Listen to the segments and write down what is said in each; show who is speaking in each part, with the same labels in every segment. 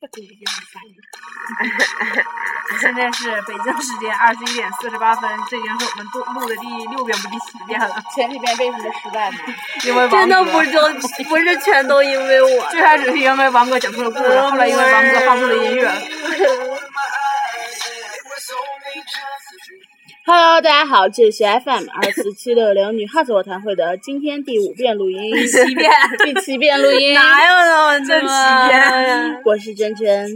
Speaker 1: 不可以这样翻译。现在是北京时间二十一点四十八分，这已经是我们录录的第六遍不第七遍了，
Speaker 2: 前几遍为什么失败呢？
Speaker 1: 因为
Speaker 3: 真
Speaker 1: 王
Speaker 3: 的
Speaker 1: 哥
Speaker 3: 不就不是全都因为我。
Speaker 1: 最开始是因为王哥讲述了故事，后来因为王哥放出了音乐。
Speaker 2: Hello，大家好，这里是 FM 二四七六零女汉子座谈会的今天第五遍录音，第七遍，第七遍录音，
Speaker 3: 有
Speaker 1: 这么奇
Speaker 3: 啊
Speaker 1: 呀
Speaker 2: 我是真真，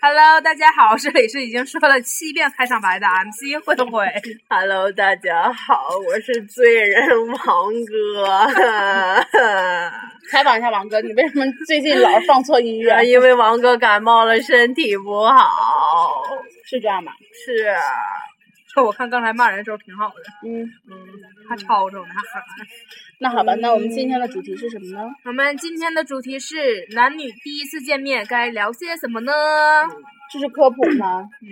Speaker 1: Hello，大家好，这里是已经说了七遍开场白的 MC 慧慧。
Speaker 3: ？Hello，大家好，我是罪人王 哥。
Speaker 2: 采访一下王哥，你为什么最近老是放错音乐？
Speaker 3: 因为王哥感冒了，身体不好。
Speaker 2: 是这样吗？
Speaker 3: 是啊，
Speaker 1: 这我看刚才骂人的时候挺好的，
Speaker 2: 嗯，
Speaker 1: 还吵吵呢。
Speaker 2: 那好吧，那我们今天的主题是什么呢？
Speaker 1: 我们今天的主题是男女第一次见面该聊些什么呢？
Speaker 2: 这是科普吗？
Speaker 1: 嗯，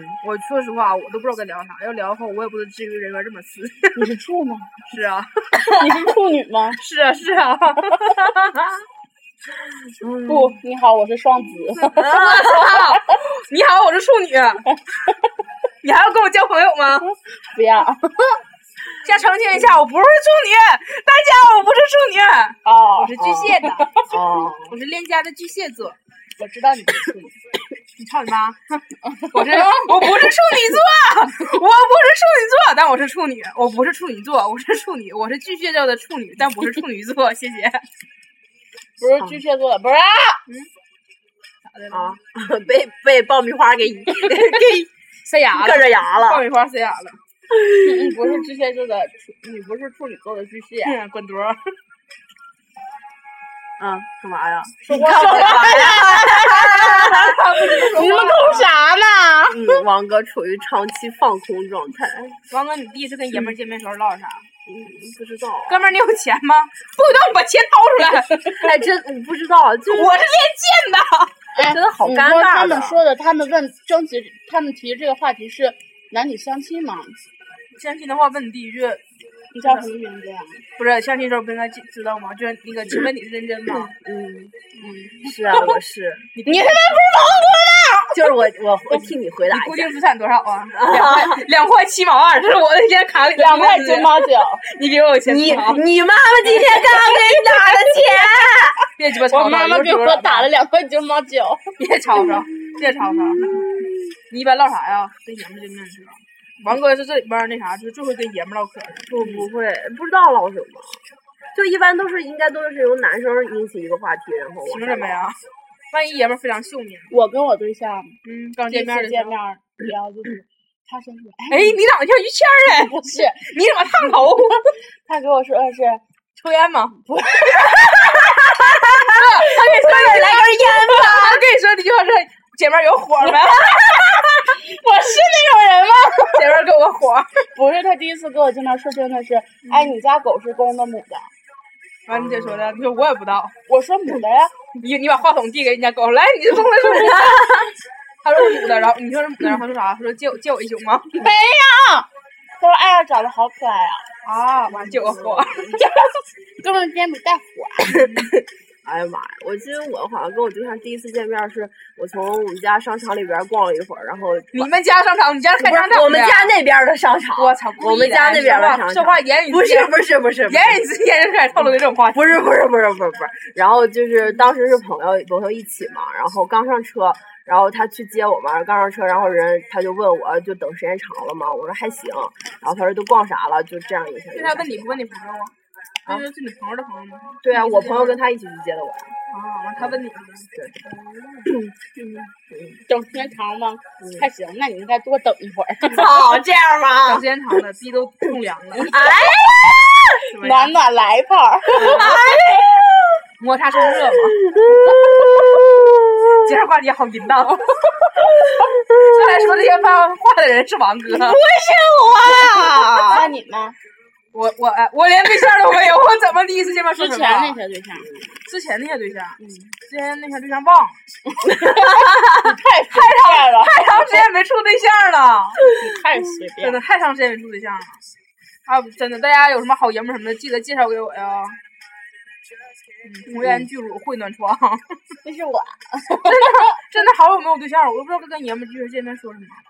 Speaker 3: 嗯，
Speaker 1: 我说实话，我都不知道该聊啥。要聊的话，我也不至于人缘这么次。
Speaker 2: 你是处吗？
Speaker 1: 是啊，
Speaker 2: 你是处女吗？
Speaker 1: 是啊，是啊。
Speaker 2: 不，
Speaker 3: 嗯
Speaker 2: 你好，我是双子。
Speaker 1: 啊你好，我是处女。你还要跟我交朋友吗？
Speaker 2: 不要
Speaker 1: 先澄清一下，我不是处女。大家，我不是处女，
Speaker 2: 哦
Speaker 1: 我是巨蟹的。
Speaker 3: 哦，
Speaker 1: 我是恋家的巨蟹座，
Speaker 2: 我知道你是处 女。
Speaker 1: 你操你妈！啊 我是我不是处女座，我不是处女座，但我是处女，我不是处女座，我是处女，我是巨蟹座的处女，但不是处女座，谢谢。
Speaker 2: 不是巨蟹座的，不是啊，
Speaker 3: 啊， 被被爆米花给给
Speaker 1: 塞牙
Speaker 3: 硌
Speaker 1: 了，
Speaker 3: 着牙
Speaker 1: 爆
Speaker 3: 了。
Speaker 1: 米花塞牙了，
Speaker 2: 你不是巨蟹座的处，你不是处女座的巨蟹。啊
Speaker 1: 嗯 滚犊儿！
Speaker 3: 嗯，干嘛呀？
Speaker 2: 说话你们搞啥呢？
Speaker 3: 嗯，王哥处于长期放空状态。
Speaker 1: 王哥，你第一次跟爷们儿见面时候唠啥？
Speaker 3: 嗯，不知道。
Speaker 1: 哥们儿，你有钱吗？不懂，把钱掏出来。
Speaker 3: 哎，真我不知道，就是
Speaker 1: 我是练剑的，
Speaker 2: 哎
Speaker 3: 真的好
Speaker 2: 你
Speaker 3: 尴
Speaker 2: 说
Speaker 3: 尬
Speaker 2: 他
Speaker 3: 的
Speaker 2: 们。说的，他们问征集，他们提这个话题是男女相亲吗？
Speaker 1: 相亲的话问你第一句，
Speaker 2: 你叫什么名字呀？
Speaker 1: 不是相亲的时候不应该知知道吗？就是那个，请问你是认真吗？
Speaker 3: 嗯嗯， 是啊，我是，
Speaker 2: 你他妈
Speaker 3: 就是我我我替你回答
Speaker 1: 你固
Speaker 3: 一下
Speaker 1: 定。资产多少啊？两块两块七毛二，这是我的天卡里的
Speaker 2: 两块
Speaker 1: 工资
Speaker 2: 九毛九，
Speaker 1: 你给我钱
Speaker 3: 你
Speaker 1: 不好
Speaker 3: 你妈妈今天刚刚给你打的钱，
Speaker 1: 别鸡巴吵
Speaker 2: 我
Speaker 1: 吵
Speaker 2: 妈妈给我打了，两块九毛九。
Speaker 1: 一会儿就知道别吵吵，别吵吵。你一般唠啥呀？跟爷们儿见面时候，王哥是这里边儿那啥，就是最会跟爷们儿唠嗑的。
Speaker 3: 我不会，不知道唠什么。就一般都是应该都是由男生引起一个话题，然后我
Speaker 1: 凭什么？呀？万一爷们儿非常秀呢？
Speaker 2: 我跟我对象
Speaker 1: 嗯，刚
Speaker 2: 第一
Speaker 1: 见面
Speaker 2: 次
Speaker 1: 的时
Speaker 2: 见
Speaker 1: 候，
Speaker 2: 面聊就是，他先说，
Speaker 1: 哎，你长得像于谦儿哎，
Speaker 2: 不 是，
Speaker 1: 你怎么烫头？
Speaker 2: 他 跟我说的是，
Speaker 1: 抽烟吗？
Speaker 2: 不
Speaker 1: 是。他跟你说你来根烟吧。他跟你说的句话是：姐妹儿有火没？
Speaker 2: 我是那种人吗？
Speaker 1: 姐妹儿给我火。
Speaker 2: 不是，他第一次跟我见面说真的是，哎，你家狗是公的母的？
Speaker 1: 完，你姐说的，你说我也不知道。
Speaker 2: 我说母的呀，
Speaker 1: 你你把话筒递给人家狗，来，你这公的是母的。 他说是母的，然后你说是母的，然后他说啥？他说借我借我一宿吗？
Speaker 2: 没有。他说：“哎呀，长得好可爱啊
Speaker 1: 啊，完借我火。！”
Speaker 2: 哥们儿今天没带火，啊
Speaker 3: 哎呀妈呀！我记得我好像跟我对象第一次见面是，我从我们家商场里边逛了一会儿，然后
Speaker 1: 你们家商场，你家开
Speaker 3: 不
Speaker 1: 商场
Speaker 3: 是
Speaker 1: 的
Speaker 3: 我们家，那边的商场，
Speaker 1: 我操，
Speaker 3: 我们家那边的
Speaker 1: 吧
Speaker 3: 商，场
Speaker 1: 这话言语
Speaker 3: 不
Speaker 1: 之
Speaker 3: 是
Speaker 1: 间
Speaker 3: 不是不是不是
Speaker 1: 言语之间就开始透露这种话题。
Speaker 3: 不是不是不是不是不是，然后就是当时是朋友朋友一起嘛，然后刚上车，然后他去接我嘛，刚上车，然后人他就问我就等时间长了嘛，我说还行，然后他说都逛啥了，就这样一下。
Speaker 1: 对他问你不问你朋友吗？
Speaker 3: 啊
Speaker 1: 那就是你朋友的朋友吗？
Speaker 3: 对啊，我朋友跟他一起去接的我，
Speaker 1: 啊，完他问你，
Speaker 2: 等时间长吗？还行，那你应该多等一会儿，
Speaker 3: 操，哦这样
Speaker 1: 等
Speaker 3: 吗
Speaker 1: 时？间长了，逼都冻凉 了，
Speaker 3: 哎呀，
Speaker 1: 是吧
Speaker 2: 暖暖来一炮儿。
Speaker 1: 摩擦生热嘛。今天话题好淫荡。刚才说这些话话的人是王哥，
Speaker 2: 那你呢？
Speaker 1: 我我哎我连对象都没有，我怎么第一次见面说
Speaker 2: 之
Speaker 1: 什
Speaker 2: 前
Speaker 1: 么
Speaker 2: 那
Speaker 1: 呀？
Speaker 2: 嗯些对象，
Speaker 1: 之前那些对象，之前那些对象忘了，
Speaker 2: 太随便了，
Speaker 1: 太长时间没处对象了，
Speaker 2: 太随便
Speaker 1: 真
Speaker 2: 了。
Speaker 1: 的太长时间没处对象了。啊，真的，大家有什么好爷们儿什么的，记得介绍给我呀。无
Speaker 2: 嗯
Speaker 1: 缘巨乳会暖床，
Speaker 2: 这是我，啊
Speaker 1: 真的好久没有对象了，我都不知道跟爷们儿聚会见面说什么。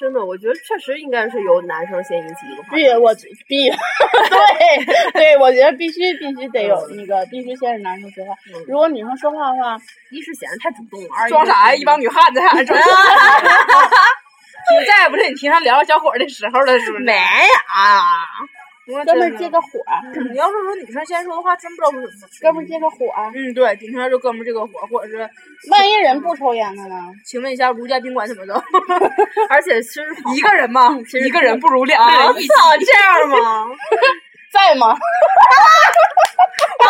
Speaker 3: 真的，我觉得确实应该是由男生先引起一个话题
Speaker 2: 必我必 对对，我觉得必须必须得有那个，必须先是男生说话。如果女生说话的话，
Speaker 3: 嗯一是显得太主动了，二
Speaker 1: 装
Speaker 2: 哎
Speaker 1: 啥呀？
Speaker 3: 是
Speaker 1: 一帮女汉子还装啥？ 你再也不是你平常聊聊小伙儿的时候了，是不是？没
Speaker 3: 啊
Speaker 1: 呀，
Speaker 2: 哥们儿接个火儿，
Speaker 1: 你要是说女生先说的话，真不知道说什么。
Speaker 2: 哥们儿接个火儿。
Speaker 1: 嗯，对，顶天就哥们儿这个火，或者是
Speaker 2: 万一人不抽烟的呢？
Speaker 1: 请问一下如家宾馆怎么的？
Speaker 3: 而且其实
Speaker 1: 一个人嘛，一个人不如两个
Speaker 2: 啊
Speaker 1: 人一起。
Speaker 3: 啊操，这样吗？
Speaker 2: 在吗？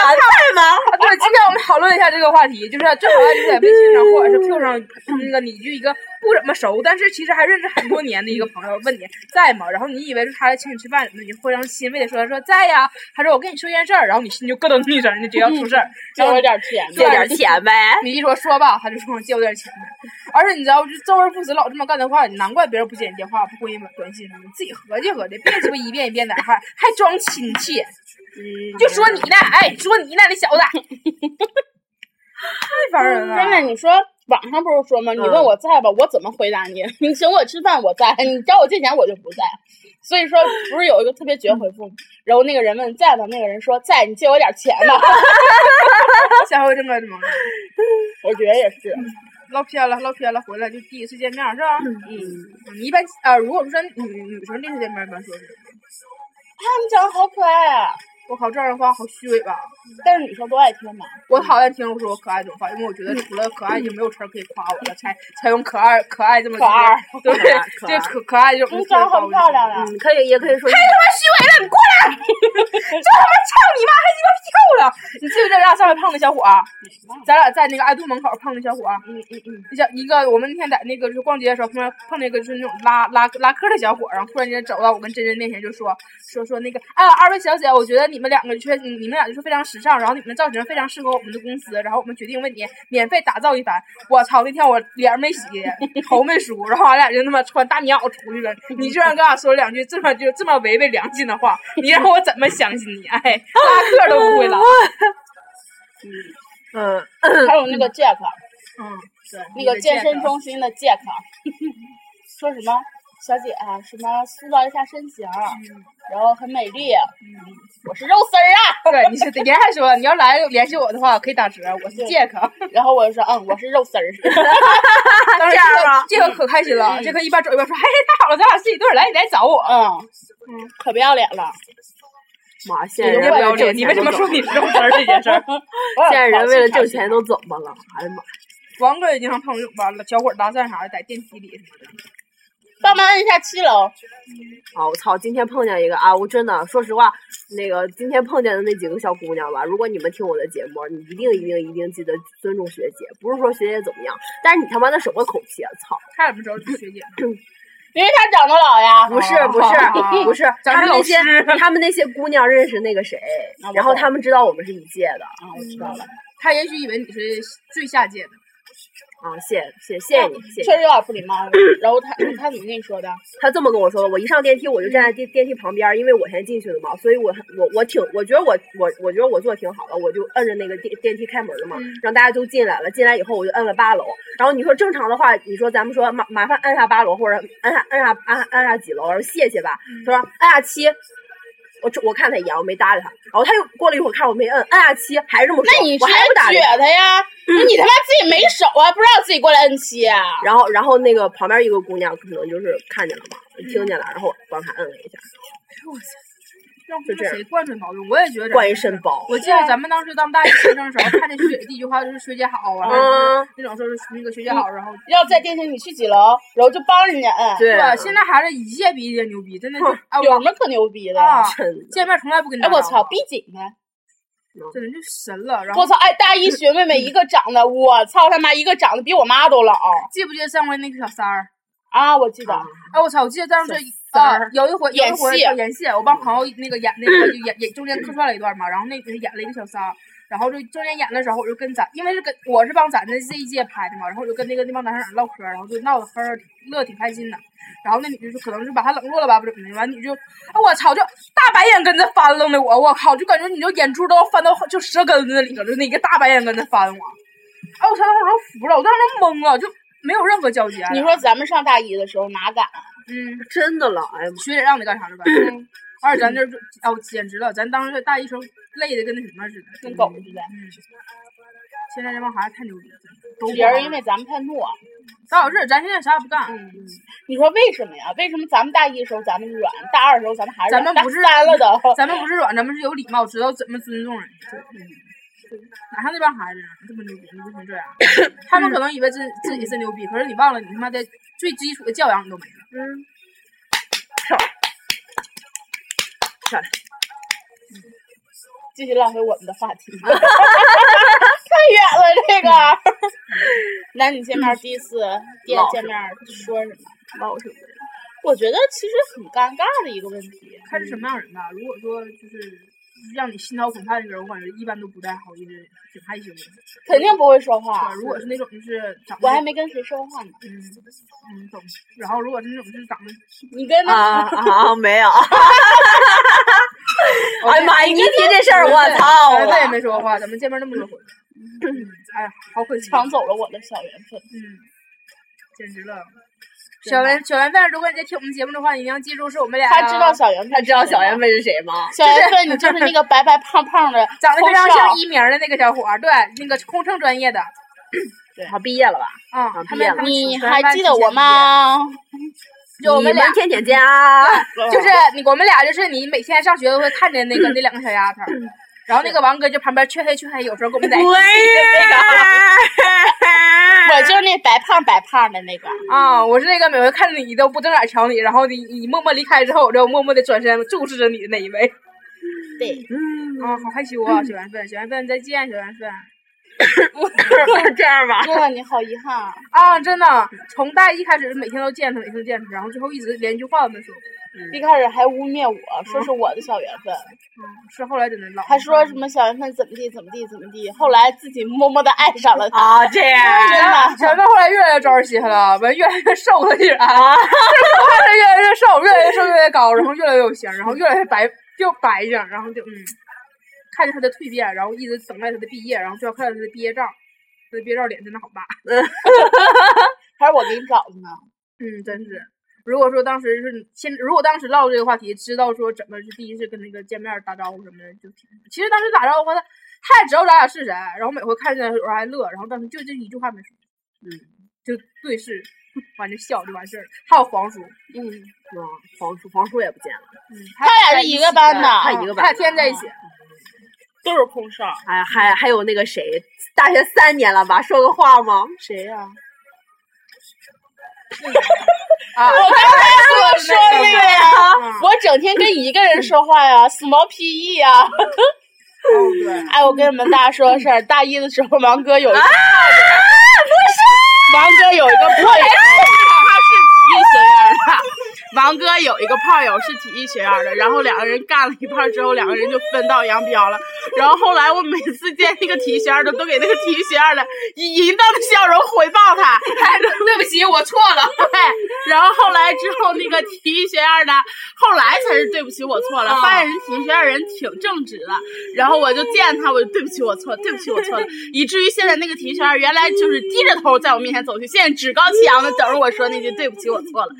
Speaker 1: 还在吗？ 对，今天我们讨论一下这个话题，就是正好你在微信上或者是 Q 上，嗯那个你就一个不怎么熟，但是其实还认识很多年的一个朋友问你在吗？然后你以为是他请你吃饭什么，你就非常欣慰的说说在呀。他说我跟你说件事儿，然后你心就咯噔一声，你就觉得要出事儿，
Speaker 2: 就
Speaker 1: 然后
Speaker 2: 有点 甜
Speaker 1: 对
Speaker 3: 借
Speaker 2: 的。
Speaker 3: 点钱呗。
Speaker 1: 你一说说吧，他就说借我点钱呗。而且你知道，就周而复始老这么干的话，难怪别人不接你电话、不回你短信什么，自己合计合计，别鸡巴一遍一遍的，还还装亲切，就说你呢，哎，说你呢，那小子，嗯太烦人了。啊
Speaker 2: 真的，你说网上不是说吗？你
Speaker 3: 嗯
Speaker 2: 问我在吧，我怎么回答你？ 你请我吃饭，我在；你找我借钱，我就不在。所以说，不是有一个特别绝回复吗？然后那个人问在吗？那个人说在，你借我点钱吧。
Speaker 1: 下回真该这么干。
Speaker 2: 我觉得也是，
Speaker 1: 唠偏了，唠偏了，回来就第一次见面是吧？嗯，你一般啊、如果说真女女生第一次见面，一般说什么？
Speaker 2: 他们长得好可爱啊，
Speaker 1: 我靠，这样的话好虚伪吧？
Speaker 2: 但是女生都爱听嘛。
Speaker 1: 我讨厌听我说我可爱这种话，因为我觉得除了可爱，就没有词儿可以夸我了，才才用可爱可爱这么
Speaker 2: 可爱，
Speaker 1: 对
Speaker 3: 可爱可
Speaker 1: 这
Speaker 3: 爱
Speaker 1: 可可爱这种
Speaker 2: 你
Speaker 1: 词
Speaker 2: 长
Speaker 1: 儿
Speaker 2: 得
Speaker 1: 高
Speaker 2: 很
Speaker 1: 级
Speaker 2: 漂亮啊，
Speaker 3: 嗯，可以，也可以说
Speaker 1: 虚伪了，你过来！这他妈哎操你妈，还鸡巴屁股了！你记不记得咱俩上回碰那小伙儿？咱俩在那个爱豆门口碰那小伙儿。嗯嗯嗯。小一个，我们那天在那个就是逛街的时候碰到碰那个就是那种拉拉拉客的小伙儿，然后忽然间走到我跟真真面前就说说说那个哎呀，二位小姐，我觉得你们两个确你们俩就是非常时尚，然后你们的造型非常适合我们的公司，然后我们决定为你免费打造一番。我操！那天我脸儿没洗，头没梳，然后俺俩就那么穿大棉袄出去了。你居然跟俺说了两句这么就这么违背良心的话，你让我怎么相信你？哎，拉客都不会 拉。
Speaker 3: 嗯，
Speaker 2: 还有那个 Jack，
Speaker 1: 嗯，对，
Speaker 2: 那个健身中心的 Jack，说什么小姐啊，什么塑造一下身形，然后很美丽，啊我是肉丝儿啊，
Speaker 1: 对，你是人还说你要来联系我的话，我可以打折，我是
Speaker 2: 对
Speaker 1: Jack。
Speaker 3: 啊
Speaker 2: 然后我就说嗯，我是肉丝儿，
Speaker 1: 当时
Speaker 3: 这样啊吗
Speaker 1: 这个这个可开心了，
Speaker 2: 嗯
Speaker 1: 这个一边走一边说，嘿，太好了，咱俩是一对儿，来你来找我。
Speaker 2: 嗯嗯，可不要脸了，
Speaker 3: 妈，现在
Speaker 1: 人
Speaker 3: 人
Speaker 1: 不
Speaker 3: 为
Speaker 1: 要
Speaker 3: 了
Speaker 1: 脸，
Speaker 3: 挣
Speaker 1: 你
Speaker 3: 钱
Speaker 1: 为什么
Speaker 3: 都
Speaker 1: 说
Speaker 3: 走
Speaker 1: 你是肉丝儿这件事儿？
Speaker 2: 我
Speaker 3: 现在人为了挣
Speaker 2: 挑
Speaker 3: 钱
Speaker 2: 衅
Speaker 3: 都怎么了？哎呀妈！
Speaker 1: 王哥也经常碰这种吧，小伙儿搭讪啥的，在电梯里什么的。
Speaker 2: 帮忙按一下七楼，
Speaker 3: 啊，我操！今天碰见一个啊，我真的说实话，那个今天碰见的那几个小姑娘吧，如果你们听我的节目，你一定一定一定记得尊重学姐，不是说学姐怎么样，但是你他妈的什么口气啊！操！
Speaker 1: 他怎么知道是学姐？
Speaker 2: 因为他长得老呀，
Speaker 3: 不是
Speaker 1: 哦
Speaker 3: 不是不是，
Speaker 1: 咱
Speaker 3: 他
Speaker 1: 是
Speaker 3: 们
Speaker 1: 老
Speaker 3: 那些
Speaker 1: 师
Speaker 3: 他们那些姑娘认识那个谁
Speaker 2: 啊我，
Speaker 3: 然后
Speaker 2: 懂
Speaker 3: 他们知道我们是一届的
Speaker 2: 啊，我知道了，
Speaker 1: 他也许以为你是最下届的。
Speaker 3: 啊，谢谢谢谢你，谢谢
Speaker 2: 确实有点不礼貌。然后他他怎么跟你 说的？
Speaker 3: 他这么跟我说的，我一上电梯我就站在电电梯旁边，因为我先进去的嘛，所以我我我挺我觉得我我我觉得我做挺好的，我就摁着那个电电梯开门了嘛，
Speaker 2: 嗯
Speaker 3: 让大家都进来了。进来以后我就摁了八楼，然后你说正常的话，你说咱们说麻麻烦按下八楼或者按下按下按下按下几楼，然后谢谢吧。
Speaker 2: 嗯
Speaker 3: 他说按下七。我瞅我看他一眼，我没搭理他。然后他又过了一会儿，看我没摁，按下七还是这么说，
Speaker 2: 那你
Speaker 3: 我
Speaker 2: 直接
Speaker 3: 还不搭理
Speaker 2: 撅
Speaker 3: 他。
Speaker 2: 他 呀？那你他妈自己没手啊？不知道自己过来摁七啊？
Speaker 3: 然后然后那个旁边一个姑娘可能就是看见了嘛，听见了，然后我帮她摁了一下，
Speaker 1: 让
Speaker 3: 就这样
Speaker 1: 谁惯出毛病？我也觉
Speaker 2: 啊
Speaker 1: 得。
Speaker 3: 灌一身包。
Speaker 1: 我记得咱们当时当大一新生的时候，看见学姐第一句话就是“学姐好”啊，
Speaker 3: 嗯，
Speaker 1: 那种说是那个学姐好，然后
Speaker 2: 要在电梯你去几楼，然后就帮人家摁，
Speaker 3: 对啊
Speaker 1: 吧？现在孩子一届比一届牛逼，真的是哎
Speaker 2: 有
Speaker 1: 我
Speaker 2: 什么可牛逼的？
Speaker 1: 啊
Speaker 2: 呀？
Speaker 3: 真的
Speaker 1: 见面从来不跟你
Speaker 2: 哎，
Speaker 1: 打
Speaker 2: 我
Speaker 1: 招呼
Speaker 2: 操，，闭紧他！
Speaker 1: 真的就神了。然后
Speaker 2: 我操！哎，大一学妹妹一个长得，我操他妈一个长得比我妈都老
Speaker 1: 记不记得上回那个小三儿？
Speaker 2: 啊！我记得
Speaker 3: 啊
Speaker 1: 哎，我操！我记得当时
Speaker 2: 小
Speaker 1: 啊
Speaker 2: 三，
Speaker 1: 有一回有一
Speaker 2: 演
Speaker 1: 回
Speaker 2: 戏
Speaker 1: 演戏，我帮朋友那个演那个就演演中间客串了一段嘛，然后那个演了一个小三儿，然后就中间演的时候，我就跟咱，因为是跟我是帮咱的这一届拍的嘛，然后我就跟那个那帮男生唠嗑，然后就闹得呵呵乐挺开心的。然后那女的就可能是把他冷落了吧，不怎么的。完女就，啊我操，就大白眼跟着翻楞的我，我靠，就感觉你就眼珠都要翻到就舌根子里了，就那个大白眼跟着翻我。哎，我操，当时我都服了，我当时都懵了，就没有任何交集啊。
Speaker 2: 你说咱们上大一的时候哪敢？
Speaker 1: 嗯，
Speaker 3: 真的了，哎呀
Speaker 1: 学姐让你干啥就干
Speaker 2: 嗯
Speaker 1: 啥。而且咱这，哦，简直了，咱当时大一时候累的跟那什么似的，
Speaker 2: 跟狗似的。
Speaker 1: 嗯，现在这帮孩子太牛逼了，都
Speaker 2: 也
Speaker 1: 玩
Speaker 2: 是
Speaker 1: 儿
Speaker 2: 因为咱们太懦。
Speaker 1: 咱有事儿，咱现在啥也不干。
Speaker 2: 嗯，你说为什么呀？为什么咱们大一的时候咱们软，大二的时候咱们还是
Speaker 1: 咱
Speaker 2: 软
Speaker 1: 们
Speaker 2: 大
Speaker 1: 不是
Speaker 2: 三了都？
Speaker 1: 咱们不是软，咱们是有礼貌，知道怎么尊重人。嗯哪像那帮孩子呢这么牛逼，你不成这 样？他们可能以为自自己是牛逼，可是你忘了，你他妈的最基础的教养你都没了。
Speaker 3: 嗯，
Speaker 2: 继续拉回我们的话 题，太远了这个。
Speaker 1: 嗯
Speaker 2: 男女见面第一次第一次见面说什么？
Speaker 3: 唠什么呀？
Speaker 2: 我觉得其实很尴尬的一个问题。
Speaker 1: 看是什么样人吧。如果说就是让你心潮澎湃的人，我感觉一般都不太好，就是挺害羞的。
Speaker 2: 肯定不会说
Speaker 1: 对吧。
Speaker 2: 话
Speaker 1: 如果是那种就是长得
Speaker 2: 啊我还没跟谁说话呢，
Speaker 1: 嗯嗯懂，然后如果是那种就是长得
Speaker 2: 你跟那
Speaker 3: 啊啊，没 有。哎呀妈呀！你一提这事儿，我操！
Speaker 1: 哎再也没说过话，咱们见面那么多回， 哎呀，好可惜，
Speaker 2: 抢走了我的小缘分。
Speaker 1: 嗯，简直了。小文小文范，如果你在听我们节目的话，你一定要记住是我们俩啊。
Speaker 2: 他知道小缘分，
Speaker 3: 他知道小缘。分是谁吗？
Speaker 2: 小 缘分，你就是那个白白胖胖的
Speaker 1: 长得非常
Speaker 2: 空少
Speaker 1: 像一鸣的那个小伙儿，对，那个空乘专业的，
Speaker 3: 他毕业了吧？
Speaker 1: 嗯，
Speaker 3: 啊
Speaker 1: 他
Speaker 3: 毕业
Speaker 1: 们
Speaker 3: 了
Speaker 1: 他们
Speaker 2: 你
Speaker 1: 小
Speaker 2: 还
Speaker 1: 班
Speaker 2: 记得
Speaker 1: 提前
Speaker 2: 我
Speaker 1: 毕业？
Speaker 2: 吗？
Speaker 1: 就我
Speaker 3: 你
Speaker 1: 们俩，
Speaker 3: 天天见 啊！
Speaker 1: 就是你我们俩，就是你每天上学都会看着那个那两个小丫 头儿，然后那个王哥就旁边黢黑黢黑，有时候跟我们在一起
Speaker 2: 我就是那白胖白胖的那个，
Speaker 1: 啊，我是那个每回看着你都不正眼瞧你，然后你你默默离开之后，我就默默的转身注视着你的那一位。
Speaker 2: 对，
Speaker 3: 嗯，
Speaker 1: 啊，好害羞啊，小缘分，小缘分，再见，小缘分。
Speaker 3: 这样吧，
Speaker 2: 真的你好遗憾啊，
Speaker 1: 啊，真的，从大一开始每天都见他，每天都见他，然后最后一直连一句话都没说。
Speaker 2: 一开始还污蔑我说是我的小缘分，
Speaker 1: 嗯，是后来在那唠。
Speaker 2: 还说什么小缘分怎么地怎么地怎么地，后来自己默默的爱上了他，
Speaker 3: 啊，这样
Speaker 2: 真的
Speaker 1: 小缘分后来越来越招人稀罕了，完越来越瘦了，居然。啊，是越来越瘦， 越来越瘦，越来越高，然后越来越有型，然后越来越白，就白净，然后就嗯，看着他的蜕变，然后一直等待他的毕业，然后就要看到他的毕业照，他的毕业照脸真的好大。
Speaker 2: 还是我给你找的呢。
Speaker 1: 嗯，真是。如果说当时是现，如果当时唠这个话题，知道说怎么是第一次跟那个见面儿打招呼什么的，就挺。其实当时打招呼他，他也知道咱俩是谁，然后每回看见的时候还乐，然后当时就这一句话没说，
Speaker 3: 嗯，
Speaker 1: 就对视，完就笑就完事儿了。还有黄叔，
Speaker 2: 嗯，
Speaker 3: 嗯，黄叔，黄叔也不见了。
Speaker 1: 嗯，
Speaker 2: 他俩是一个班的，
Speaker 3: 他一个
Speaker 1: 哦
Speaker 3: 班
Speaker 1: 他俩天天在一起，
Speaker 2: 都是空少。
Speaker 3: 还还还有那个谁，大学三年了吧？说个话 吗？
Speaker 2: 谁呀、
Speaker 1: 啊，
Speaker 2: 我刚才所说的那个啊呀，
Speaker 1: 嗯
Speaker 2: 我整天跟一个人说话呀，死毛屁意呀。
Speaker 1: 哦
Speaker 3: 嗯
Speaker 1: 对，
Speaker 2: 哎，我跟你们大家说个事儿，大一的时候，王哥有一个、啊不是，哎王哥有一个炮友，他是体育学院的，王哥有一个炮友是体育学院的，然后两个人干了一炮之后，两个人就分道扬镳了。然后后来我每次见那个体育学院的，都给那个体育学院的以淫荡的笑容回报他。
Speaker 1: 对不起，我错了。
Speaker 2: 对，然后后来之后那个体育学院的，后来才是对不起我错了，
Speaker 1: 哦
Speaker 2: 发现人体育学院人挺正直的，然后我就见他，我就对不起我错了，对不起我 错了，以至于现在那个体育学院原来就是低着头在我面前走去，现在趾高气扬的等着我说那句对不起我错 了。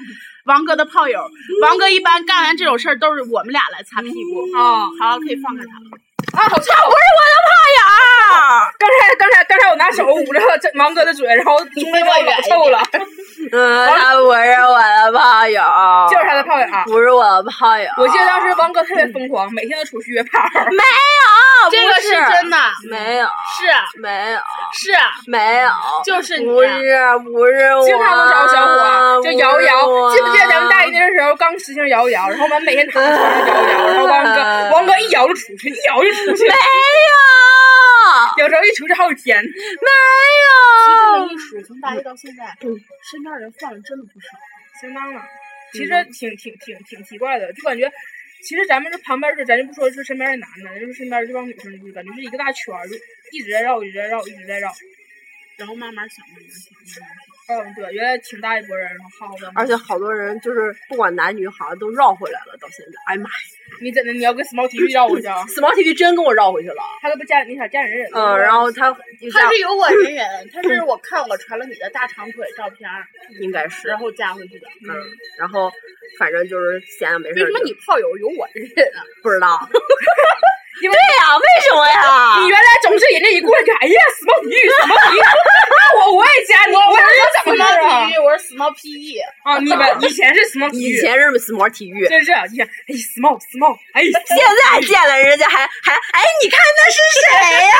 Speaker 2: 王哥的炮友，王哥一般干完这种事儿都是我们俩来擦屁股。
Speaker 1: 啊
Speaker 2: 好，可以放开他了。
Speaker 1: 啊，好臭！不是我的炮友。啊刚才刚才刚才我拿手捂着这王哥的嘴，然后离
Speaker 2: 我远一点
Speaker 1: 臭了，
Speaker 3: 嗯，他不是我的炮友，
Speaker 1: 就是他的炮友。
Speaker 3: 不是我的炮友。
Speaker 1: 我记得当时王哥特别疯狂，每天都出去约炮。
Speaker 3: 有
Speaker 2: 这个啊是真的，
Speaker 3: 没有，
Speaker 2: 是
Speaker 3: 没有，
Speaker 2: 是，
Speaker 3: 没有，
Speaker 2: 就是你啊
Speaker 3: 不是不是我，嗯
Speaker 1: 经常能找小伙，啊就摇一摇，记不记得咱们
Speaker 3: 哎
Speaker 1: 大一那时候刚实行摇一摇，然后我们每天躺在床上摇一摇，然后王 哥王哥一摇就出去，一摇就出去
Speaker 3: 没，有，
Speaker 1: 有时候一出去好几天。哎
Speaker 2: 这
Speaker 3: 没有
Speaker 2: 么。一数，从大一到现在，身边人换了真的不少。
Speaker 3: 嗯
Speaker 1: 相当了。其实挺挺挺挺奇怪的，就感觉其实咱们这旁边儿是，咱就不说是身边的男的，就是身边这帮女生，就是感觉是一个大圈儿，就一直在绕，一直在绕，一直在绕。
Speaker 2: 然后慢慢想，慢慢想，慢慢想。
Speaker 1: 嗯，对，原来挺大一波人，然后耗的。
Speaker 3: 而且好多人就是不管男女，好像都绕回来了。到现在，哎呀妈呀
Speaker 1: 你怎的？你要跟 small TV 绕过去啊？
Speaker 3: ，Smart TV 真跟我绕回去了。
Speaker 1: 他都不加你想加人人。
Speaker 3: 嗯，然后他
Speaker 2: 他是有我人人，他是我看我传了你的大长腿照片儿，
Speaker 3: 应该是
Speaker 2: 然后加回去的。
Speaker 3: 嗯，然后反正就是闲着没事
Speaker 2: 为
Speaker 3: 儿就。
Speaker 2: 什么你炮友有我人人啊？
Speaker 3: 不知道？
Speaker 1: 因为
Speaker 3: 对呀、为什么呀
Speaker 1: 你原来总是人家一过去，哎呀，small TV，small TV，那 我我也加你，我是怎么着啊
Speaker 2: small？PE，我是 small E， PE，
Speaker 1: 啊，你们以前是 small
Speaker 3: 以
Speaker 1: TV，
Speaker 3: 前是 Smart 体育，
Speaker 1: 真是以前，哎，small small，哎，
Speaker 3: 现在见了人家还还哎，你看那是谁呀、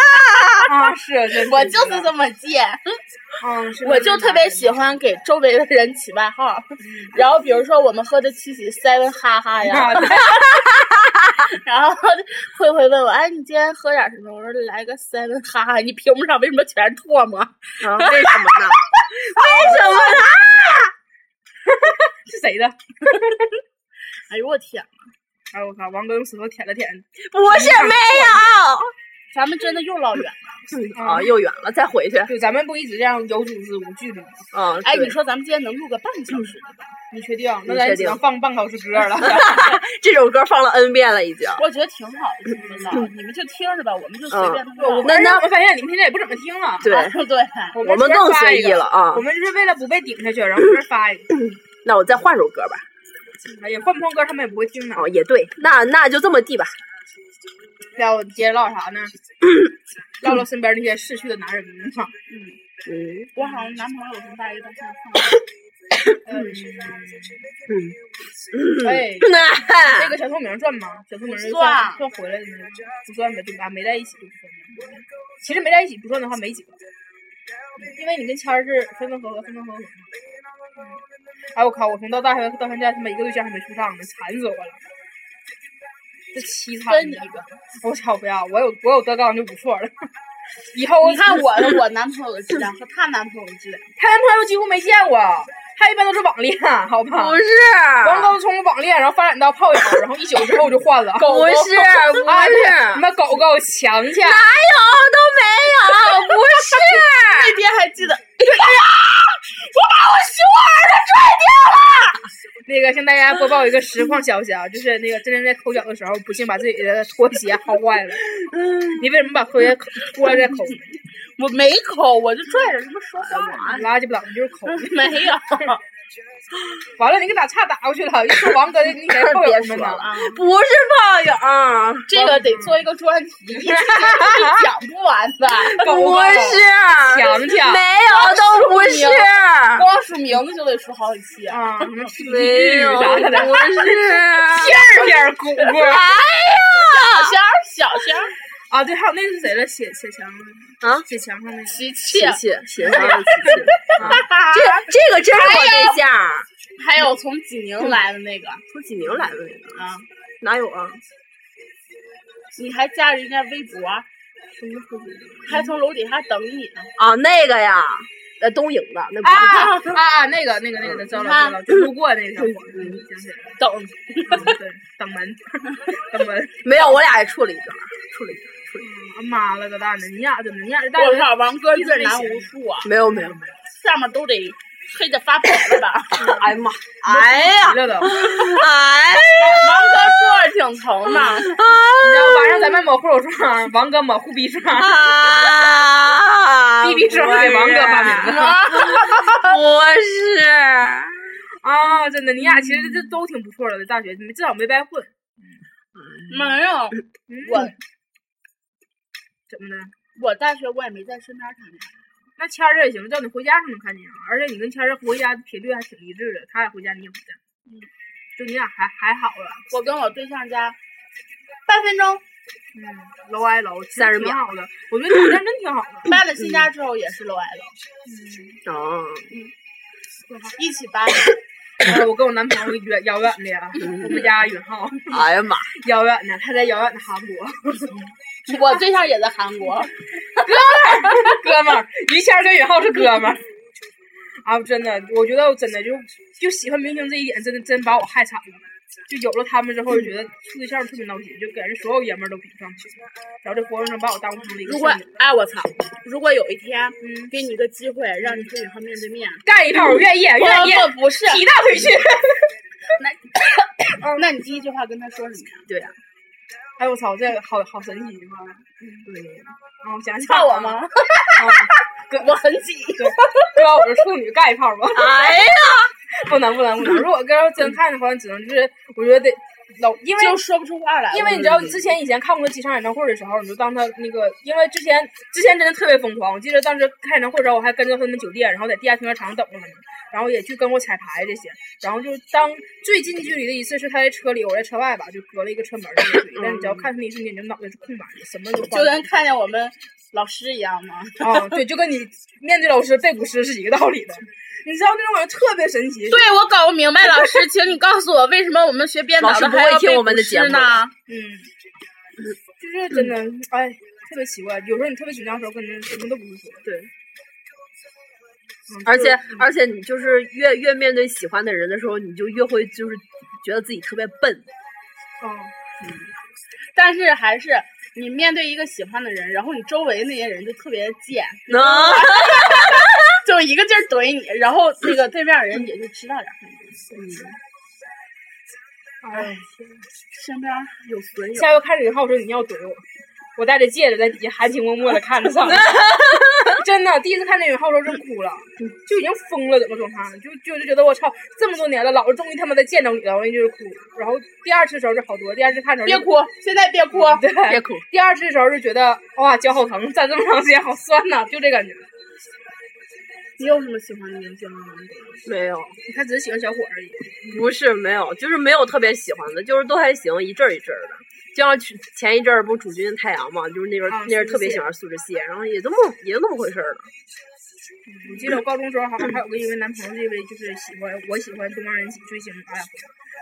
Speaker 1: 啊是，真
Speaker 2: 我就是这么贱，
Speaker 1: 嗯，是
Speaker 2: 我就特别喜欢给周围的人起外号。然后比如说我们喝的七喜 seven 哈哈呀，
Speaker 1: 啊，对
Speaker 2: 然后慧慧问我，哎，你今天喝点什么？我说来个 seven 哈哈。你屏幕上为什么全是唾沫？
Speaker 3: 啊为什么呢？为什 么呢？
Speaker 1: 是谁的？
Speaker 2: 哎呦我天，
Speaker 1: 哎我靠，王哥用舌头舔了舔，
Speaker 3: 不是没
Speaker 2: 咱们真的又老远了。
Speaker 3: 有啊，又远了，再回去。
Speaker 1: 对，咱们不一直这样有组织无距离吗？
Speaker 3: 嗯，
Speaker 2: 哎，
Speaker 3: 对
Speaker 2: 你说咱们今天能录个半个小时吗？
Speaker 1: 你确定？那
Speaker 3: 你
Speaker 1: 咱
Speaker 3: 确
Speaker 1: 只
Speaker 3: 定
Speaker 1: 能放半小时歌了。
Speaker 3: 这首歌放了 N 遍了，已经。
Speaker 2: 我觉得挺好的，真的，你们就听着吧，我们就随便
Speaker 1: 我
Speaker 2: 录。
Speaker 1: 们让我们发现你们现在也不怎么听了。
Speaker 3: 对，
Speaker 2: 啊 对，
Speaker 1: 我
Speaker 3: 我们
Speaker 1: 随便
Speaker 3: 更
Speaker 1: 发
Speaker 3: 随
Speaker 1: 一个
Speaker 3: 意了。啊
Speaker 1: 我。们就是为了不被顶下去，然后随便发一个。
Speaker 3: 那我再换首歌吧。
Speaker 1: 哎呀，换不换歌他们也不会听的。
Speaker 3: 哦，也对，那那就这么地吧。
Speaker 1: 然后我接着唠啥 呢？唠唠身边那些逝去的男人们嘛。
Speaker 3: 嗯
Speaker 2: 我好像男朋友从大一到现在放
Speaker 1: 嗯
Speaker 3: 嗯，
Speaker 1: 哎，
Speaker 3: 那
Speaker 1: 那个小透明算吗？小透明就
Speaker 2: 算
Speaker 1: 算回来的那种，不算呗，对吧？没在一起就不算。其实没在一起不算的话，没几个，因为你跟谦儿是分分合合，分分合合嘛。哎，我靠！我从到大学到现在，他妈一个对象还没处上呢，馋死我了。这凄惨
Speaker 2: 分你
Speaker 1: 的
Speaker 2: 一个。
Speaker 1: 我操！ 不要，我有我有德高就不错了。以后我哦
Speaker 2: 你看我的我男朋友的质量和她男朋友的质量，
Speaker 1: 她男朋友几乎没见过，她一般都是网恋，好吧？
Speaker 3: 不是，
Speaker 1: 王高从网恋，然后发展到炮友，然后一宿之后就换 了。
Speaker 3: 不是不
Speaker 1: 啊，对，什
Speaker 3: 是，
Speaker 1: 么狗狗、强 强，
Speaker 3: 哪有都没有，不 是。
Speaker 2: 那天还记得
Speaker 1: 那个向大家播报一个实况消息啊，就是那个真真在抠脚的时候，不幸把自己的拖鞋薅坏 了。你为什么把拖鞋抠脱了再抠？
Speaker 2: 我没抠，我就拽着他们说话。
Speaker 1: 啊拉鸡巴倒，你就是抠。
Speaker 2: 没有，
Speaker 1: 完了，你给打岔打过去了，又说王哥的那些炮友 们呢。
Speaker 3: 不是炮友，
Speaker 2: 啊这个得做一个专题，一期节目是讲不完的。
Speaker 1: 狗啊狗
Speaker 3: 不是，
Speaker 1: 强强
Speaker 3: 没有都不是，
Speaker 2: 光数名字就得数好几期啊！
Speaker 1: 啊，什么屁
Speaker 3: 哦 没
Speaker 1: 屁
Speaker 3: 有
Speaker 1: 啥的，
Speaker 3: 不是。
Speaker 1: 片片姑姑
Speaker 3: 哎
Speaker 2: 小
Speaker 3: 呀，
Speaker 2: 仙儿，小仙儿，
Speaker 1: 啊，对，还有那个是谁了？写写墙
Speaker 3: 啊
Speaker 1: 写墙上那个。
Speaker 2: 琪琪
Speaker 3: 谢，谢谢谢 这哎个这个真是我对象，
Speaker 2: 还有从济宁来的那个
Speaker 3: 从济宁来的那个，
Speaker 2: 啊，
Speaker 3: 哪有啊？
Speaker 2: 你还加人家微博，还从楼底下等你呢。
Speaker 3: 啊，那个呀，呃，东营的那不是
Speaker 1: 啊啊！那个那个那个，糟了糟了，就路过那个小伙子，想起来 了
Speaker 2: 等，
Speaker 1: 嗯对，等门，等门。
Speaker 3: 没有，我俩也处了一个，处了一个，处了一
Speaker 1: 啊妈了个蛋的，你俩怎么？你俩是大
Speaker 2: 我
Speaker 1: 学
Speaker 2: 靠，王哥阅男无数啊，
Speaker 3: 个，没有没有没有，
Speaker 2: 上面都得黑的发白了 吧？
Speaker 3: 哎呀妈，哎呀，
Speaker 1: 了都。你
Speaker 3: 哎
Speaker 2: 王哥座儿挺疼
Speaker 1: 啊
Speaker 2: 的，
Speaker 1: 知道晚上咱们抹护手霜，王哥抹护鼻霜
Speaker 3: 啊
Speaker 1: ，B B 霜给王哥发明的
Speaker 3: 不是，
Speaker 1: 啊！真的，你俩其实这都挺不错的，大学你们至少没白混。
Speaker 2: 没有
Speaker 1: 嗯
Speaker 2: 我
Speaker 1: 怎么的？
Speaker 2: 我大学我也没在身边谈恋爱，
Speaker 1: 那谦儿这也行，叫你回家是能看见啊。而且你跟谦儿回家频率还挺一致的，他俩回家你也回家，嗯就你俩还还好了，
Speaker 2: 我跟我对象家半分钟
Speaker 1: 嗯，楼挨楼，其实
Speaker 3: 30
Speaker 1: 挺
Speaker 3: 秒
Speaker 1: 好的。我觉得你们家真挺好的。
Speaker 2: 搬了新家之后也是楼挨楼，
Speaker 3: 哦，
Speaker 2: 一起搬。
Speaker 1: 哎我跟我男朋友远遥远的呀，我们家允浩
Speaker 3: 哎呀妈，
Speaker 1: 遥远的，他在遥远的韩国。
Speaker 2: 我对象也在韩国，
Speaker 1: 哥们儿，于谦儿跟允浩是哥们儿。啊，真的，我觉得我真的就就喜欢明星这一点，真的真把我害惨了。就有了他们之后，就觉得处对象特别闹心，就给人所有爷们儿都比不上去。然后这活生生把我当成了一个
Speaker 2: 如果
Speaker 1: 剩女
Speaker 2: 哎我操，如果有一天
Speaker 1: 嗯
Speaker 2: 给你一个机会，让你跟女孩面对面，
Speaker 1: 干一炮，我愿意，愿
Speaker 2: 不
Speaker 1: 意，
Speaker 2: 不哎不是，
Speaker 1: 踢大腿去。
Speaker 2: 嗯，那你第一句话跟他说什么呀？
Speaker 3: 对呀、
Speaker 1: 哎我操，这好好神奇啊！嗯，我想
Speaker 2: 你
Speaker 1: 想，哦
Speaker 2: 怕我？吗？我很挤。
Speaker 1: 对啊吧？我是处女，干一炮吧。
Speaker 2: 哎呀，
Speaker 1: 不能不能不能！如果跟人真看的话，只能就是我觉得得老，因为
Speaker 2: 就说不出话来了。
Speaker 1: 因为你知道之前以前看过他几场演唱会的时候，你就当他那个，因为之前之前真的特别疯狂。我记得当时看演唱会的时候，我还跟着他们酒店，然后在地下停车场等着他们，然后也去跟过彩排这些。然后就是当最近距离的一次是他在车里，我在车外吧，就隔了一个车门儿这么对但你只要看他那一瞬间，你就脑袋是空白的，什么都
Speaker 2: 就跟看见我们老师一样嘛。
Speaker 1: 啊、对，就跟你面对老师背古诗是一个道理的。你知道那种感觉特别神奇，
Speaker 2: 对，我搞不明白，老师，请你告诉我，为什么我们学编导
Speaker 3: 老师
Speaker 2: 的
Speaker 3: 不
Speaker 2: 还
Speaker 3: 会
Speaker 2: 要
Speaker 3: 听
Speaker 2: 背
Speaker 3: 我们
Speaker 2: 古
Speaker 3: 的
Speaker 2: 诗
Speaker 3: 节目
Speaker 2: 呢？
Speaker 1: 嗯，就是真的，哎，特别奇怪。有时候你特别紧张的时候，跟人什么都不会说。
Speaker 3: 对
Speaker 1: 嗯
Speaker 3: 而且
Speaker 1: 就
Speaker 3: 而且你就是越越面对喜欢的人的时候，你就越会就是觉得自己特别 笨。
Speaker 1: 嗯，
Speaker 2: 但是还是你面对一个喜欢的人，然后你周围那些人就特别贱，
Speaker 3: 能，
Speaker 2: 就一个劲儿怼你，然后那个对面的人也就知道点儿什么东西。
Speaker 1: 哎，
Speaker 2: 身边有损友，
Speaker 1: 下回看这个号的时候，你要怼我，我戴着戒指在底下含情脉脉的看着上面。 真的，第一次看这个号的时候真哭了，就已经疯了，怎么状态？就就就觉得我操，这么多年了，老子终于他妈的见着你了，完了就是哭。然后第二次的时候就好多，第二次看的时
Speaker 2: 别
Speaker 1: 候就
Speaker 2: 哭，现在别哭。
Speaker 1: 对，
Speaker 3: 别哭，
Speaker 1: 第二次的时候就觉得哇脚好疼，站这么长时间好酸呐、就这感觉。
Speaker 2: 你有什么喜欢的明星吗？
Speaker 3: 没有，
Speaker 1: 他只是喜欢小伙而已。
Speaker 3: 不是没有，就是没有特别喜欢的，就是都还行，一阵儿一阵儿的。就像去前一阵儿不主君太阳嘛，就是那阵儿、
Speaker 1: 啊
Speaker 3: 那阵儿
Speaker 1: 苏
Speaker 3: 特别
Speaker 1: 志燮
Speaker 3: 喜欢苏志燮，然后也这么也就那么回事儿了。
Speaker 1: 我记得我高中时候好像还有个因为男朋友这位就是喜欢我喜欢东方人追星的爱好，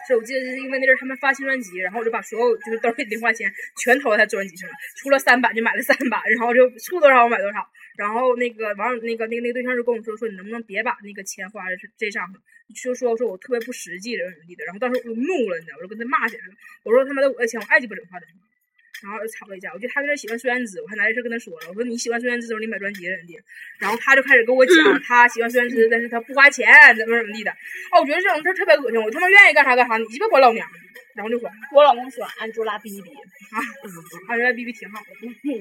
Speaker 1: 所以我记得是因为那阵儿他们发新专辑，然后我就把所有就是兜里零花钱全投在他专辑上，出了三版就买了三版，然后就出多少我买多少。然后那个网友那个那个那个对象就跟我说说你能不能别把那个钱花在这这上头，就说说我特别不实际怎么怎么地的。然后当时我就怒了，你知道吗，我就跟他骂起来了，我说他妈的我的钱我爱鸡巴怎么花怎么花。然后吵了一架，我觉得他在那儿喜欢孙燕姿，我还拿这事儿跟他说了，我说你喜欢孙燕姿的时候你买专辑怎么地，然后他就开始跟我讲
Speaker 3: 嗯
Speaker 1: 他喜欢孙燕姿，但是他不花钱，怎么怎么地的。哦，我觉得这种事儿特别恶心，我他妈愿意干啥干啥，你鸡巴管老娘。然后就管，
Speaker 2: 我老公喜欢安朱拉·比比，
Speaker 1: 啊，原来 B B 挺好的。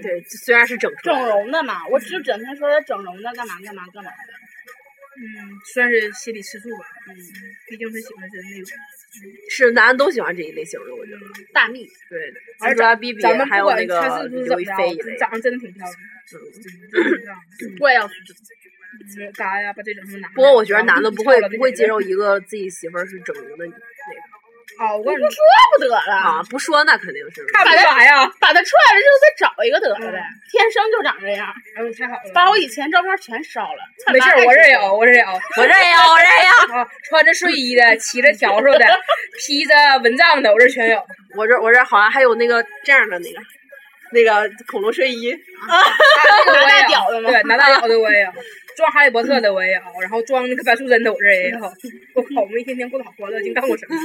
Speaker 3: 对，虽然是整出来
Speaker 2: 整容的嘛，我就整天说他整容的干嘛干嘛干嘛。
Speaker 1: 嗯，算是心理吃醋吧。嗯，毕竟他喜欢真那种。嗯
Speaker 3: 是男的都喜欢这一类型的，我觉得。
Speaker 2: 大蜜，
Speaker 3: 对的，
Speaker 1: 而
Speaker 3: 而
Speaker 1: 咱
Speaker 3: 且 B B
Speaker 1: 咱们
Speaker 3: 还
Speaker 1: 不
Speaker 3: 有
Speaker 1: 管
Speaker 3: 那个
Speaker 1: 他是不是怎
Speaker 3: 刘
Speaker 1: 么
Speaker 3: 亦
Speaker 1: 着
Speaker 3: 菲一类的，
Speaker 1: 长得真的挺漂亮
Speaker 3: 嗯
Speaker 1: 的。
Speaker 2: 我也要
Speaker 1: 嗯，嘎呀，把这种什么拿。
Speaker 3: 不过我觉得男的不会
Speaker 1: 然后就
Speaker 3: 不会
Speaker 1: 翘
Speaker 3: 接
Speaker 1: 了
Speaker 3: 受一个自己媳妇儿是整容的那个
Speaker 1: 啊！我告诉你，
Speaker 2: 说不得了，
Speaker 3: 啊，不说那肯定是
Speaker 1: 看不出来呀。
Speaker 2: 把他踹了之后再找一个得
Speaker 1: 嗯
Speaker 2: 了呗，天生就长这样。
Speaker 1: 哎呦，太好了。
Speaker 2: 把我以前照片全烧了，
Speaker 1: 没事儿，我这儿有，我这儿有。
Speaker 3: 我这也有，我这也有，
Speaker 1: 啊，穿着睡衣的，骑着笤帚的，披着蚊帐的，我这全有。啊
Speaker 3: 我这我这好像还有那个这样的那个那个恐龙睡衣，
Speaker 1: 那个我也
Speaker 2: 拿大
Speaker 1: 有
Speaker 2: 屌的吗
Speaker 1: 对，拿大屌的我也有， 装哈利波特的我也有，然后装那个白素贞的我这也有。 我靠，我们一天天过得好欢乐，净干过什么？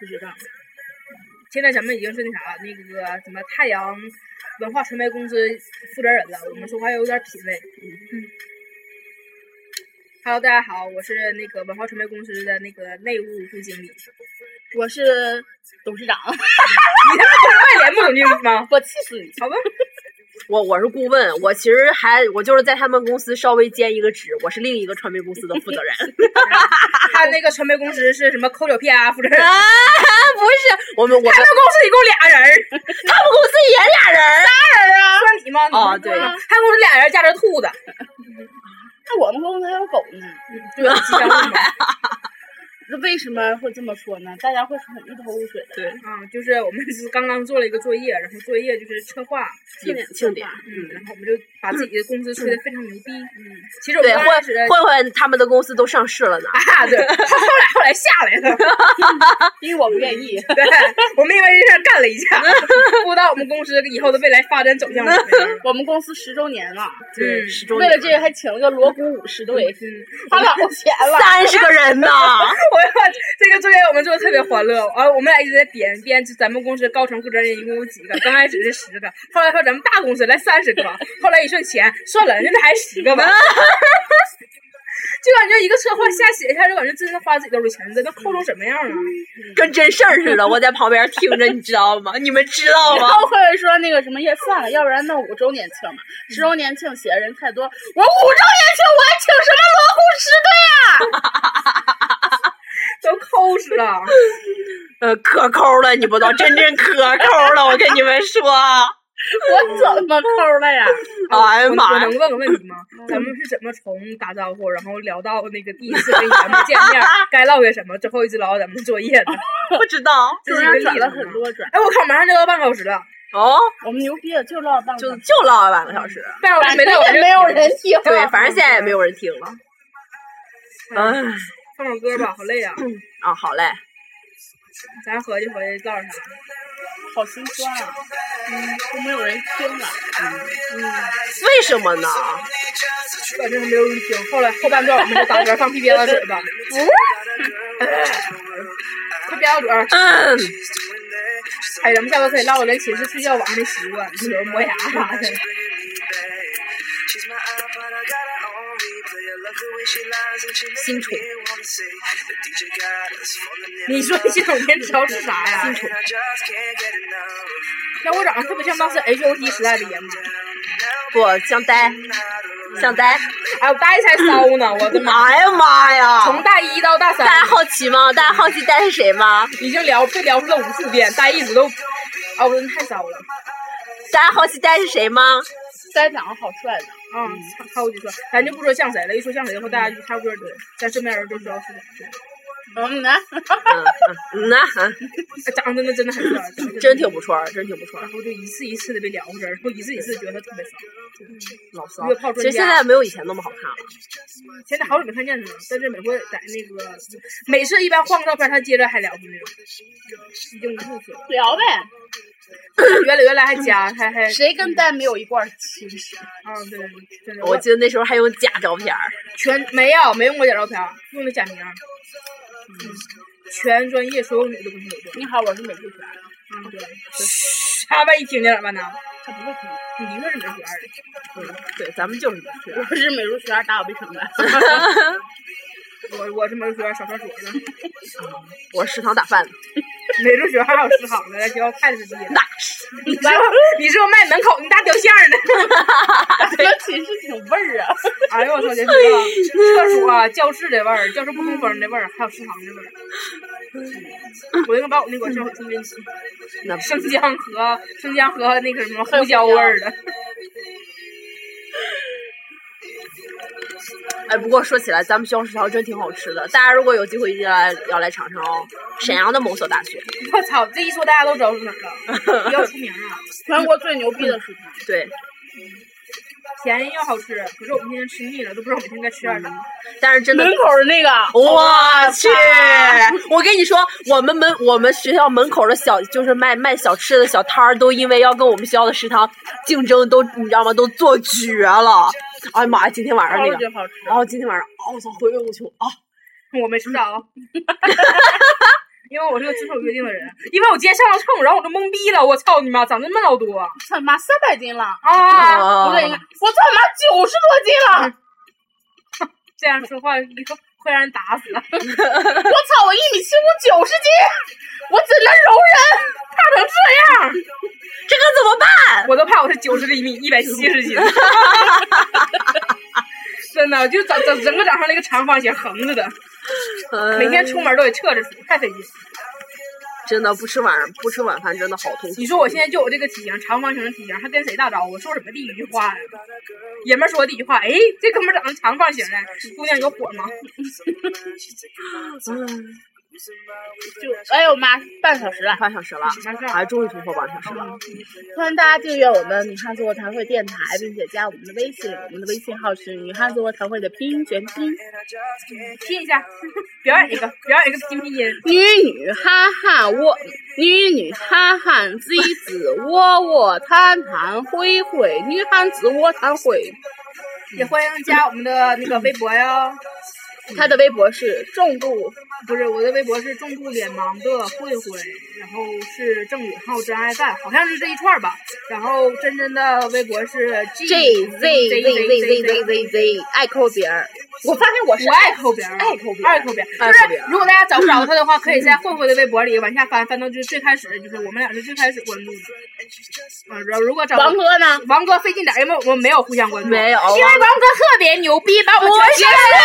Speaker 1: 不知道。现在咱们已经是那啥，那个什么太阳文化传媒公司负责人了，我们说话要有点品位。嗯。Hello，大家好，我是那个文化传媒公司的那个内务部经理。
Speaker 2: 我是董事长，
Speaker 1: 你他妈不是外联部总经理吗？
Speaker 2: 我气死你！
Speaker 1: 好吧。
Speaker 3: 我我是顾问，我其实还我就是在他们公司稍微兼一个职，我是另一个传媒公司的负责人
Speaker 1: 他那个传媒公司是什么抠脚 P R 负责人？
Speaker 3: 啊，不是我们 我们
Speaker 1: 他们公司一共俩人儿，
Speaker 3: 他们公司也俩人
Speaker 1: 算你吗？你
Speaker 3: 哦
Speaker 1: 不是
Speaker 3: 对
Speaker 1: 吗啊他们公司俩人加着兔子，
Speaker 2: 那我们公司还有狗呢，
Speaker 1: 对，吉祥物嘛。
Speaker 2: 那为什么会这么说呢？大家会很一头雾水的。
Speaker 3: 对，
Speaker 1: 啊，就是我们是刚刚做了一个作业，然后作业就是策划，
Speaker 3: 庆典庆典，
Speaker 1: 嗯，然后我们就把自己的公司吹得非常牛逼。
Speaker 2: 嗯，
Speaker 1: 其实我们
Speaker 3: 对，
Speaker 1: 刚开始的
Speaker 3: 混混混他们的公司都上市了呢，
Speaker 1: 啊，对，后来后来下来了，
Speaker 2: 因为我不愿意。
Speaker 1: 对，我们因为这事儿干了一架，不知道我们公司以后的未来发展走向怎么样。
Speaker 2: 我们公司十周年了，
Speaker 1: 嗯
Speaker 3: 十周
Speaker 2: 为
Speaker 3: 年
Speaker 2: 了这个还请了个锣鼓舞十队，
Speaker 1: 嗯，
Speaker 2: 花老多钱了。
Speaker 3: 三十个人呢。
Speaker 1: 我要这个作业我们做的特别欢乐，啊，我们俩一直在点编，咱们公司高层负责人一共有几个？刚开始是十个，后来说咱们大公司来三十个， 后来一算钱，算了，现在还十 个吧。就感觉一个策划瞎写一下，就感觉真是花自己兜里钱，真的扣成什么样啊？
Speaker 3: 跟真事儿似的，我在旁边听着，你知道吗？你们知 道
Speaker 2: 然
Speaker 3: 吗？
Speaker 2: 后会说那个什么也算了，要不然弄五周年庆嘛，十周年庆写的人太多，我五周年庆我还请什么罗红十个呀？
Speaker 1: 都抠死了。
Speaker 3: 呃，可抠了，你不知道，真正可抠了，我跟你们说，
Speaker 2: 我怎么抠了 呀？
Speaker 3: 哎呀
Speaker 1: 我
Speaker 3: 妈
Speaker 1: 我
Speaker 3: 呀
Speaker 1: 能！问个问题 吗？咱们是怎么从打招呼，然后聊到那个第一次跟咱们见面， 该唠些什么，最后一直唠咱们作业的？
Speaker 3: 不知道
Speaker 1: 这
Speaker 2: 中
Speaker 1: 是一
Speaker 2: 间
Speaker 1: 个例
Speaker 2: 哦转了
Speaker 1: 子
Speaker 2: 很
Speaker 1: 吗
Speaker 2: 多转，
Speaker 1: 哎，我靠，马上就要半个小时了，
Speaker 3: 哦，
Speaker 2: 我们牛逼了，就唠半个
Speaker 3: 就就唠了半个小时，
Speaker 1: 半个小时没到，我
Speaker 2: 也
Speaker 1: 就
Speaker 2: 没有人听。
Speaker 3: 对，反
Speaker 1: 嗯
Speaker 3: 正现在也没有人听了。哎，
Speaker 1: 放首歌吧，好累啊！
Speaker 2: 嗯
Speaker 3: 啊，好嘞，
Speaker 1: 咱合计合计唠点啥？
Speaker 2: 好心酸啊，嗯，都没有人听了。
Speaker 3: 为什么呢？
Speaker 1: 反正没有人听。后来后半段我们就打算放屁憋大嘴吧，快憋大嘴儿！
Speaker 3: 嗯，
Speaker 1: 哎，咱们下回可以唠唠咱寝室睡觉晚上的习惯，比如磨牙啥的。
Speaker 3: 新宠，
Speaker 1: 你说这种人知道是啥呀？
Speaker 3: 新宠，
Speaker 1: 那我长得特别像当时 H O T 时代的爷们儿。
Speaker 3: 不像呆，像呆。
Speaker 1: 哎，我大一才骚呢，我的妈！
Speaker 3: 哎呀妈
Speaker 2: 嗯
Speaker 3: 呀！
Speaker 1: 从大一到大
Speaker 3: 大
Speaker 1: 三，
Speaker 3: 家好奇吗？大家好奇呆是谁吗？
Speaker 1: 已经聊被聊出了无数遍，大一一直都，啊，我真的太骚了，
Speaker 3: 大家好奇呆是谁吗？
Speaker 2: 呆长得好帅的，
Speaker 1: 啊，超级帅！咱就不说像谁了，一说像谁以后，大家就差不多，咱身边人就知道是谁。
Speaker 2: 嗯来，
Speaker 3: 嗯嗯，那、嗯
Speaker 1: 哎长得真的真的很帅，长得
Speaker 3: 嗯、真挺不错儿，真挺不错儿
Speaker 1: 然，后就一次一次的被聊着，然后一次一次觉得他特别骚。
Speaker 3: 老骚
Speaker 1: 约炮。专家
Speaker 3: 其实现在没有以前那么好看了。
Speaker 1: 现在好久没看见他了，但是每回在那个，每次一般换个照片，他接着还聊出那种，已经无数次了。
Speaker 2: 聊呗。
Speaker 1: 原来原来还加，还还，
Speaker 2: 谁跟呆没有一罐情史？
Speaker 1: 啊，对，真的，
Speaker 3: 我记得那时候还用假照片儿，
Speaker 1: 全没有没用过假照片，用的假名。嗯，全专业所有女的都是有过。
Speaker 2: 你好，我是美术员，
Speaker 1: 嗯，对。他万一听见了咋办呢？
Speaker 2: 他不会听。
Speaker 1: 你一个人没学二的，
Speaker 3: 对，咱们就是这样
Speaker 2: 我是美术学院打扫卫生的，
Speaker 1: 我我是美术学院小厕所的，
Speaker 3: 我是食堂打饭的，
Speaker 1: 美术学院还有食堂的，在学校派的是第一。
Speaker 3: 那
Speaker 1: 你说你说卖门口那大雕像的。
Speaker 2: 这寝室挺味儿啊。
Speaker 1: 哎呦我操！真是啊厕所、啊、教室的味儿，教室不通风的味儿，还有食堂的味儿。我应该把我那个香水冲进去，
Speaker 3: 那
Speaker 1: 生姜和生姜和那个什么胡椒味儿的。
Speaker 3: 哎，不过说起来，咱们学校食堂真挺好吃的，大家如果有机会一定要来要来尝尝哦。沈阳的某所大学，
Speaker 1: 我操！这一说大家都知道是哪儿了，要出名
Speaker 2: 啊
Speaker 1: 了，
Speaker 2: 全国最牛逼的食堂，
Speaker 3: 对，
Speaker 1: 便宜又好吃。可是我们天天吃腻了，都不知道我们天天该吃点啥。
Speaker 3: 但是真的
Speaker 2: 门。口的那个，
Speaker 3: 我去！我跟你说，我们门我们学校门口的小就是卖卖小吃的小摊儿，都因为要跟我们学校的食堂竞争，都你知道吗？都做绝了！哎呀妈呀，今天晚上那
Speaker 2: 超
Speaker 3: 个，
Speaker 2: 级好吃。
Speaker 3: 然后今天晚上，哦我操，回味无穷啊！
Speaker 1: 我没吃着， 因为我是个遵守约定的人。因为我今天上了秤，然后我都懵逼了。我操你妈，长这么老多
Speaker 2: 他妈三百斤了，
Speaker 1: 啊！
Speaker 3: 啊
Speaker 2: 我在应该，我操妈九十多斤了，
Speaker 1: 这样说话以后会让人打死。
Speaker 2: 我操我一米七五九十斤，我怎能容忍？
Speaker 1: 胖成这样。
Speaker 3: 这可怎么办？
Speaker 1: 我都怕我是九十厘米，一百七十斤。 真的，就整整整个长成那个长方形横着的，
Speaker 3: 嗯
Speaker 1: 每天出门都得侧着出，太费劲。
Speaker 3: 真的不吃晚不吃晚饭真的好痛苦。
Speaker 1: 你说我现在就我这个体型，长方形的体型，还跟谁大招？我说什么第一句话呀？爷们儿说第一句话，哎，这哥们儿长得长方形的，姑娘有火吗？
Speaker 2: 就哎呦妈，半小时了。
Speaker 3: 半小时了，
Speaker 1: 完事
Speaker 3: 哎，
Speaker 1: 儿，
Speaker 3: 终于突破半小时了。
Speaker 2: 欢迎大家订阅我们女汉子卧谈会电台，并且加我们的微信，我们的微信号是女汉子卧谈会的拼音全拼，
Speaker 1: 拼一下， 表演一个，表演一个拼拼音。
Speaker 2: 女女哈哈窝，女女哈哈 Z 子窝窝谈谈会会，女汉子窝谈会，
Speaker 1: 也欢迎加我们的那个微博哟，
Speaker 2: 他的微博是重度，
Speaker 1: 不是我的微博是重度脸盲的慧慧，然后是郑宇浩真爱在，好像是这一串儿吧。然后真真的微博是 G
Speaker 2: J Z Z Z Z Z Z，爱抠别人。我发现我是
Speaker 1: 我爱抠别人，
Speaker 2: 爱抠别
Speaker 1: 爱
Speaker 2: 人，
Speaker 1: 抠别人。
Speaker 3: 爱
Speaker 1: 就
Speaker 3: 抠别
Speaker 1: 是
Speaker 3: 人
Speaker 1: 如果大家找不着他的话，可以 在慧慧的微博里往下翻，翻到就是最开始，就是我们俩是最开始关注的。嗯，然后如果找
Speaker 2: 王哥呢？
Speaker 1: 王哥费劲点儿，因为我们没有互相关注，
Speaker 2: 没有
Speaker 1: 因为王哥特别牛逼，把我们全
Speaker 2: 不是
Speaker 1: 吓死了。